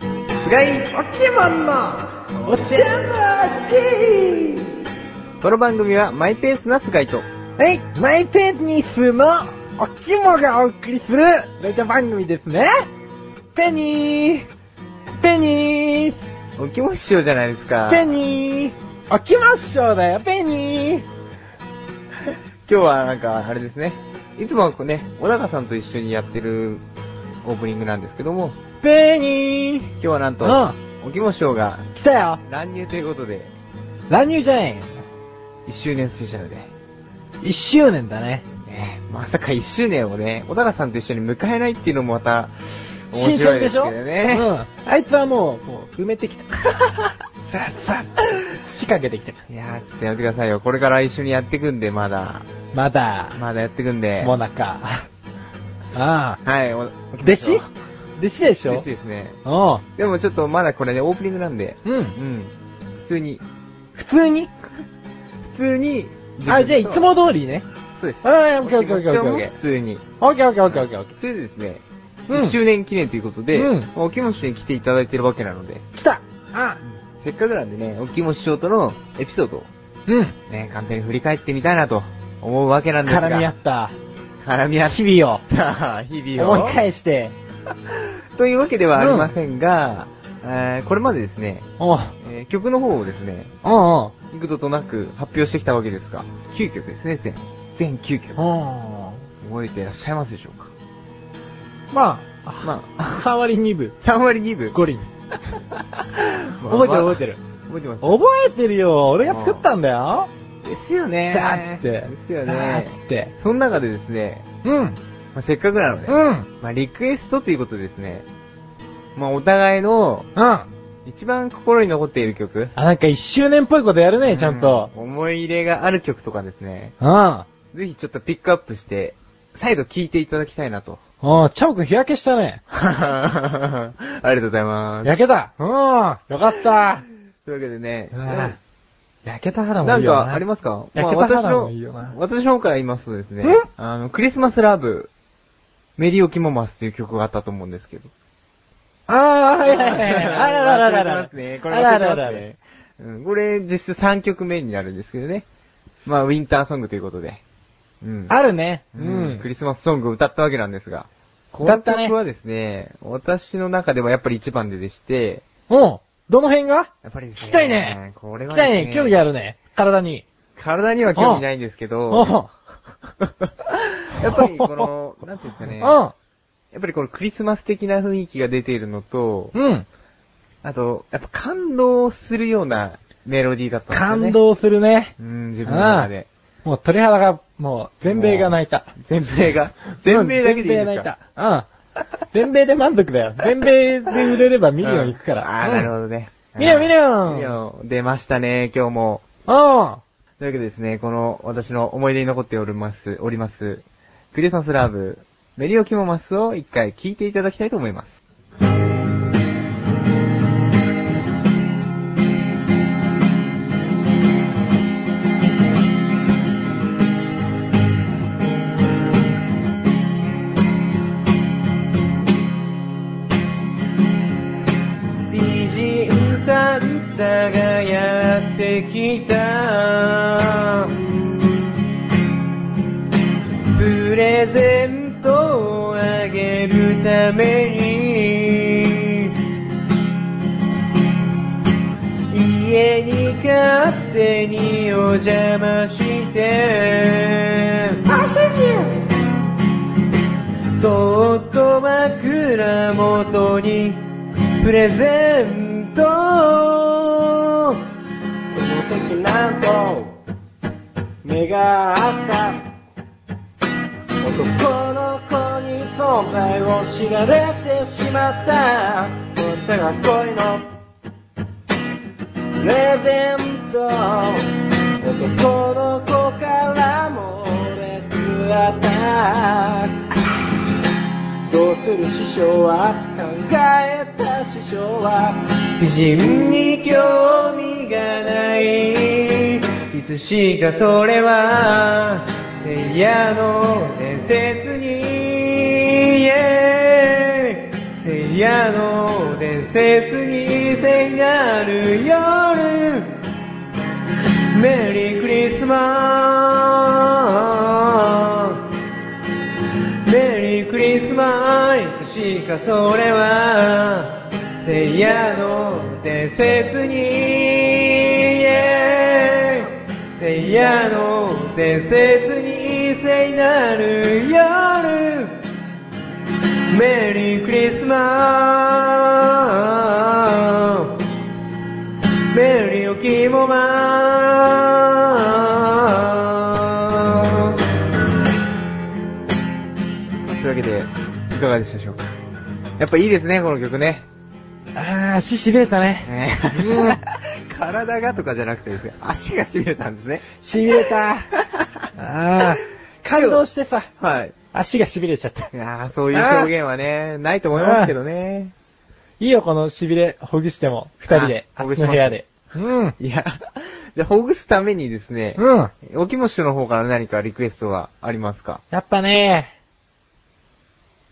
いポケモンのおちゃまちこの番組はマイペースな菅井と、はい、マイペニスのおきもがお送りするラジオ番組ですね。ペニー、ペニー、おきも師匠じゃないですか。ペ今ニー、おきまっしょうだよ、ペニー。日はなんか、あれですね。いつもはこうね、小高さんと一緒にやってるオープニングなんですけども、ペニー。今日はなんと、おきも師匠が来たよ。乱入ということで、乱入じゃね1周年スペシャルで。えよ。1周年だね。ねまさか1周年をね、小高さんと一緒に迎えないっていうのもまた、新面白鮮いでですしけょどね。うん。あいつはもう、もう埋めてきた。 さっさっ。土かけてきた。いやー、ちょっとやめてくださいよ。これから一緒にやってくんで、まだ。まだ、まだやってくんで。モナカ。ああ。はい、お弟子弟子でしょ嬉しいですね。おう。でもちょっとまだこれね、オープニングなんで、う。うんん。普通に、普通に普通に、あ、じゃあいつも通りね。そうです。ああ、オッケーオッケーオッケーオッもケー普。通に。オッケーオッケーオッケーオッケーオッケそれでですね、うん1周年記念ということで、うんおきも師匠に来ていただいてるわけなので、ー。来たあせっかくなんでね、おきも師匠とのエピソードをうん。ね、簡単に振り返ってみたいなと思うわけなんですが。絡み合った。絡み合っ日々を。た日々を。思い返して。 というわけではありませんが、えーこれまでですね、おう。えー曲の方をですね、おう幾度となく発表してきたわけですが、9曲ですね、全。全お9う。曲。お覚えていらっしゃいますでしょうかう。まあ、まあ、 3割2分。 3割2分。五 輪。 覚えてる覚えてる。覚えてます。覚えてるよ俺が作ったんだよですよね。じゃあっつって。ですよじゃあっねつ。って。その中でですね、うん。まあ、せっかくなので、うん。うん。まあ、リクエストということでですね、まあ、お互いのあ、一番心に残っている曲。なんか一周年っぽいことやるね、ちゃんと。う思い入れがある曲とかですね、うん。ぜひちょっとピックアップして、再度聴いていただきたいなと。うん、チャオくん日焼けしたね。ありがとうございます。焼けた。うん。よかった。というわけでね、うん焼けた肌もないんいよな。かありますかま焼あけた私肌ものいいよな。、私の方から言いますとですねん、あの、クリスマスラブ、メリーオキモマスという曲があったと思うんですけど。ああ、はいはいはい。あららららら忘れてら。ますね。これあ忘れらてらまらすら。ね。うんこれ実質3曲目になるんですけどね。まあ、ウィンターソングということで。うん。あるね。ううんん。クリスマスソングを歌ったわけなんですが。こ歌のったね曲はですね、私の中ではやっぱり一番ででして、うん。どの辺がやっぱりです聞きたいね。これ聞はきでたすいね。興味があるね。体に。体には興味ないんですけうど、ん。 やっぱりこの、なんていうんですかね、やっぱりこのクリスマス的な雰囲気が出ているのと、うん。うん。あと、やっぱ感動するようなメロディーだったんですよね。感動するね。うん、自分の中で。もう鳥肌が、もう、全米が泣いた。全米 が、全米だけでいいんで全米泣いすかた。うん。全米で満足だ よ。全米で売れればミリオン行くから。うんああ、なるほどね。ミリオンミリうオんンミリオン出ましたね、今日も。うん。というわけでですね、この私の思い出に残っております、おります、クリスマスラブ、メリオキモマスを一回聞いていただきたいと思います。美人サンタがやってきたプレゼントをあげるために家に勝手にお邪魔してそっと枕元にプレゼントをその時なんと、目があった。男の子に存在を知られてしまった。とっては恋のプレゼント。男の子からも熱あった。どうする師匠は考えた師匠は美人に興味がないいつしかそれは聖夜の伝説に Yeah 部屋の伝説に線がある夜メリークリスマスメリークリスマスしかそれは聖夜の伝説に聖夜の伝説に聖なる夜メリークリスマスメリーおきもまというわけで、いかがでしたでしょうかやっぱいいですね、この曲ね。あー、足しびれたね。ね 体がとかじゃなくてですね、足が痺れたんですね。しびれた。 あー、感動してさ、はい。足がしびれちゃった。いやーそういう表現はね、ないと思いますけどね。いいよ、このしびれ、ほぐしても、二人で、ああほっぐちしますの部屋で。うん。いや、じゃあほぐすためにですね、うん。おきもっしょの方から何かリクエストがありますかやっぱね、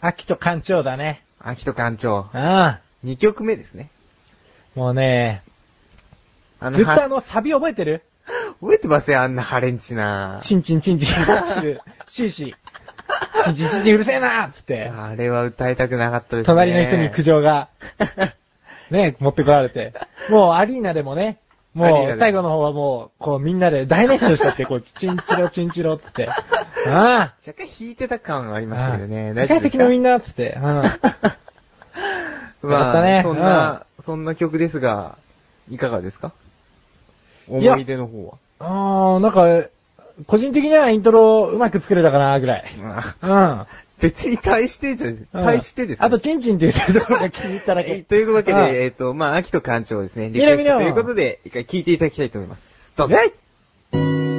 秋と館長だね。秋と館長。うん。 2曲目ですね。もうね、あずっとあはの、サビ覚えてる覚えてますよ、あんなハレンチな。チンチンチンチン、シーシー、チンチンチンチンうるせえなっつって、あれは歌いたくなかったですね。隣の人に苦じ情が、ね、持ってこられて。もうアリーナでもね、アリーもナうで最後の方はもう、こうみんなで大熱唱したって、こう、チンチロチンチロっつって。ああ若干弾いてた感がありましたけどね。世界的なみんなっつって。うん。 まよかったあ、ねそんな、そんな曲ですが、いかがですか思いやい出の方は。あー、なんか、個人的にはイントロうまく作れたかな、ぐらい。まあうん。うん 別に対してじゃ、対してですね。あと、チンチンっていうところが気に入っただえけ。というわけうんで、えっと、まあ、秋と館長ですね。リみクろエスみトろということで、一回聴いていただきたいと思います。どうぞ。はい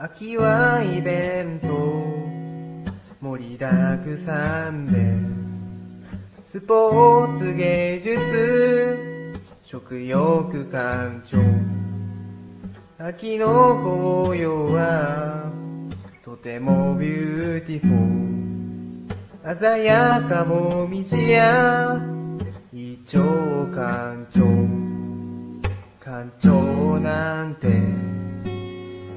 秋はイベント盛りだくさんでスポーツ芸術食欲感情秋の紅葉はとてもビューティフォー鮮やかもみじや一丁干潮干潮なんて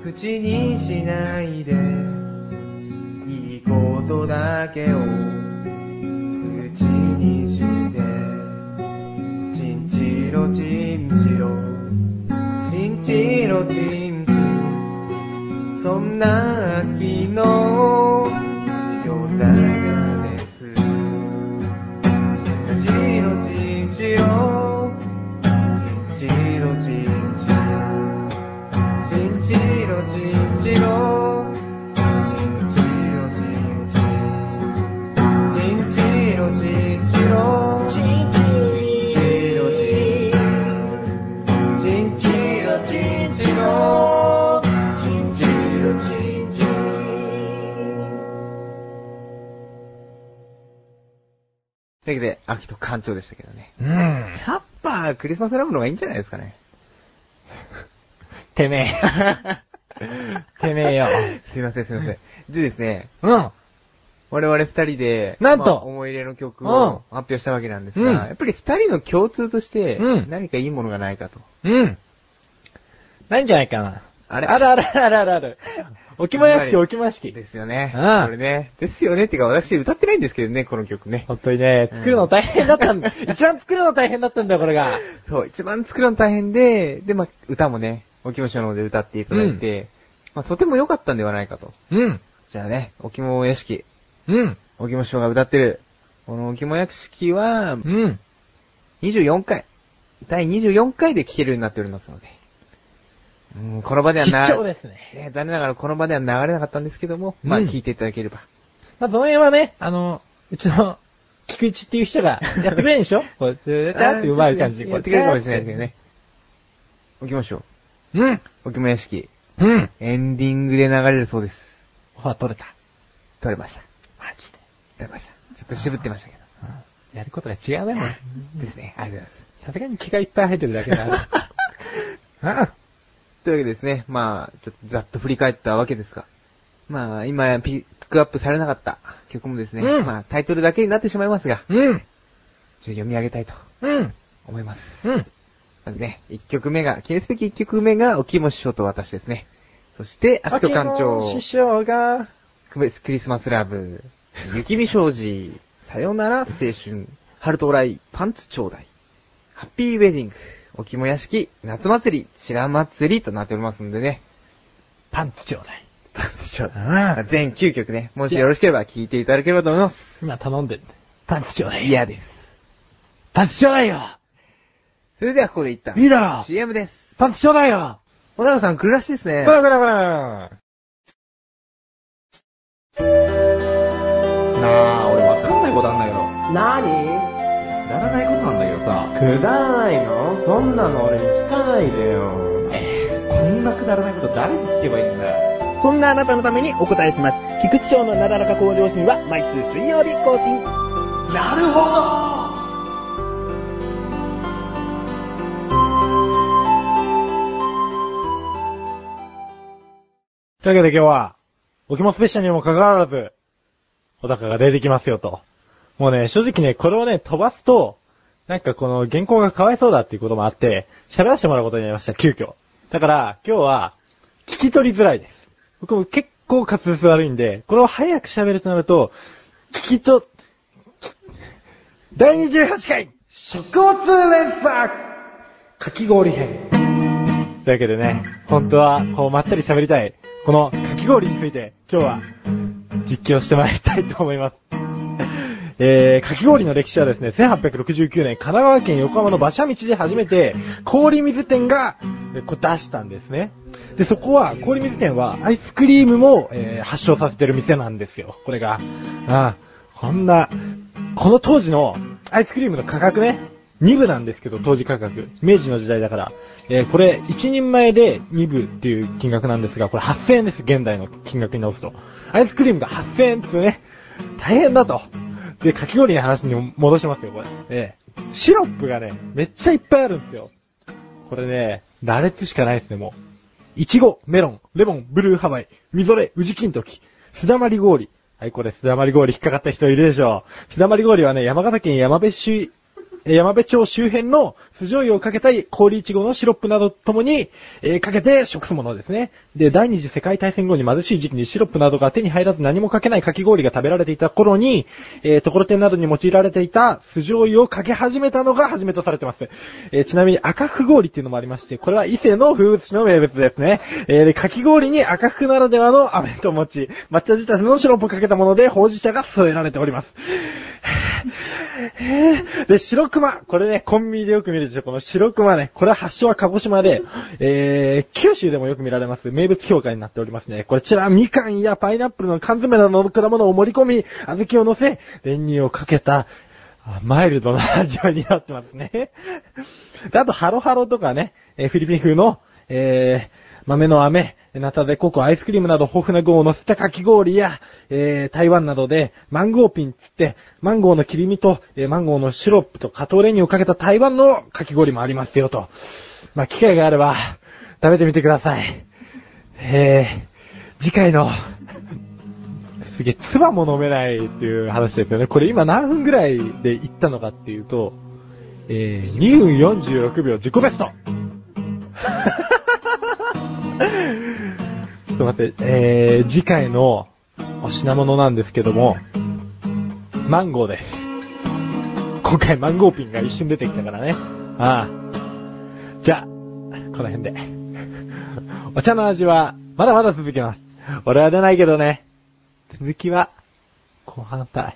口にしないでいいことだけを口にしてチンチロチンチロチンチロチンチロそんな秋の夜長ですチンチロチンチロチンチロチンチロチンチロチンチロチンチロチンチチンチロチンチロチンチロチンチロチンチロチンチロチンチロというわけで、秋と館長でしたけどね。うん。やっぱ、クリスマスラブの方がいいんじゃないですかね。てめ え。てめえよ。すいません、すいません。でですね、うん。我々二人で、なんとまあ思い入れの曲うんを発表したわけなんですが、うんやっぱり二人の共通としてう、ん何かいいものがないかと。うん。ないんじゃないかな。あれあるあるあるあるある。おきまやしき、おきまやしきで。すよね。うんこれね。ですよね。ってか、私歌ってないんですけどね、この曲ね。ほんとにね、作るの大変だったんだ。 一番作るの大変だったんだよ、これが。そう、一番作るの大変で、で、まあ、歌もね、おきもしの方で歌っていただいて、まあ、とても良かったんではないかと。うん。じゃあね、おきもやしき、うん。おきもしが歌ってる、このおきもやしきは、うん。 24回、第24回で聴けるようになっておりますので、うん、この場では必な、聴ですね。ね、残念ながらこの場では流れなかったんですけども、まあ、うん聴いていただければ。まあ、その辺はね、あの、うちの、菊池っていう 人が、やってくれるんでしょこう、ずーっとやってうまい感じで、あーこやう、ってくれるかもしれないですけどね。置きましょう。うんおきも屋敷。うんエンディングで流れるそうです。ほら、取れた。取れました。マジで。取れました。ちょっと渋ってましたけうんやることが違うね、もう。ど。ですね。ありがとうございます。さすがに気がいっぱい入ってるだけ だな。うん。というわけでですね、まあ、ちょっとざっと振り返ったわけですが、まあ、今ピックアップされなかった曲もですね、うんまあ、タイトルだけになってしまいますが、うん。ちょっと読み上げたいとうん。思います。うん。まずね、1曲目が、記念すべき1曲目が、おきも師匠と私ですね。そして、アクト館長、師匠が、クリスマスラブ、雪見障子、さよなら青春、春到来、パンツちょうだい、ハッピーウェディング、おきも屋敷、夏祭り、白祭りとなっておりますんでね、パンツちょうだい。パンツちょうだうい。ん。全9曲ね、もしよろしければ聴いていただければと思います。今頼んでる。パンツちょうだい。嫌です。パンツちょうだいよそれではここで一旦。いいだろ !CM です。パンツちょうだいよ小高さん来るらしいですね。こらこらこらなあ、俺わかんないことあんだけど。何くだらないことなんだけどさ。くだらないのそんなの俺に聞かないでよ。こんなくだらないこと誰に聞けばいいんだよ。そんなあなたのためにお答えします。菊池賞のなだらか向上心は毎週水曜日更新。なるほどというわけで今日は、沖もスペシャルにもかかわらず、小高が出てきますよと。もうね、正直ね、これをね、飛ばすと、なんかこの原稿がかわいそうだっていうこともあって、喋らせてもらうことになりました、急遽。だから、今日は、聞き取りづらいです。僕も結構滑舌悪いんで、これを早く喋るとなると、聞きと、第28回、食物連鎖かき氷編。というわけでね、本当は、こう、まったり喋りたい、このかき氷について、今日は、実況してまいりたいと思います。えー、かき氷の歴史はですね、1869年、神奈川県横浜の馬車道で初めて、氷水店が、えーこう出したんですね。で、そこは、氷水店は、アイスクリームも、えー発祥させてる店なんですよ。これが。ああ、こんな、この当時のアイスクリームの価格ね、2部なんですけど、当時価格。明治の時代だから。えーこれ、1人前で2部っていう金額なんですが、これ8000円です、現代の金額に直すと。アイスクリームが8000円ですよね。大変だと。で、かき氷の話に戻しますよ、これ。ええシロップがね、めっちゃいっぱいあるんですよ。これね、羅列しかないですね、もう。いちご、メロン、レモン、ブルーハワイ、みぞれ、宇治金時、すだまり氷。はい、これ、すだまり氷引っかかった人いるでしょう。すだまり氷はね、山形県山辺市、え山辺町周辺の酢醤油をかけた氷いちごのシロップなどとともに、えーかけて食すものですね。で、第二次世界大戦後に貧しい時期にシロップなどが手に入らず何もかけないかき氷が食べられていた頃に、えーところてんなどに用いられていた酢醤油をかけ始めたのが始めとされてます。えーちなみに赤福氷っていうのもありまして、これは伊勢の風物詩の名物ですね。えーで、かき氷に赤福ならではの飴と餅、抹茶自体のシロップをかけたもので、ほうじ茶が添えられております。へーで、白熊。これね、コンビニでよく見るでしょ。この白熊ね。これ発祥は鹿児島で、えー、九州でもよく見られます。名物評価になっておりますね。こちら、みかんやパイナップルの缶詰などの果物を盛り込み、小豆を乗せ、練乳をかけた、あマイルドな味わいになってますね。であと、ハロハロとかね、えーフィリピン風の、えー、豆の飴、ナタデココ、アイスクリームなど豊富な具を乗せたかき氷や、えー、台湾などで、マンゴーピンつって、マンゴーの切り身と、えーマンゴーのシロップと加糖練乳をかけた台湾のかき氷もありますよと。まあ、機会があれば、食べてみてください。えー、次回の、すげえ、唾も飲めないっていう話ですよね。これ今何分ぐらいで行ったのかっていうと、えー、2分46秒自己ベストちょっと待って、えー、次回のお品物なんですけども、マンゴーです。今回マンゴーピンが一瞬出てきたからね。ああ。じゃあ、この辺で。お茶の味は、まだまだ続きます。俺は出ないけどね。続きは、後半さ。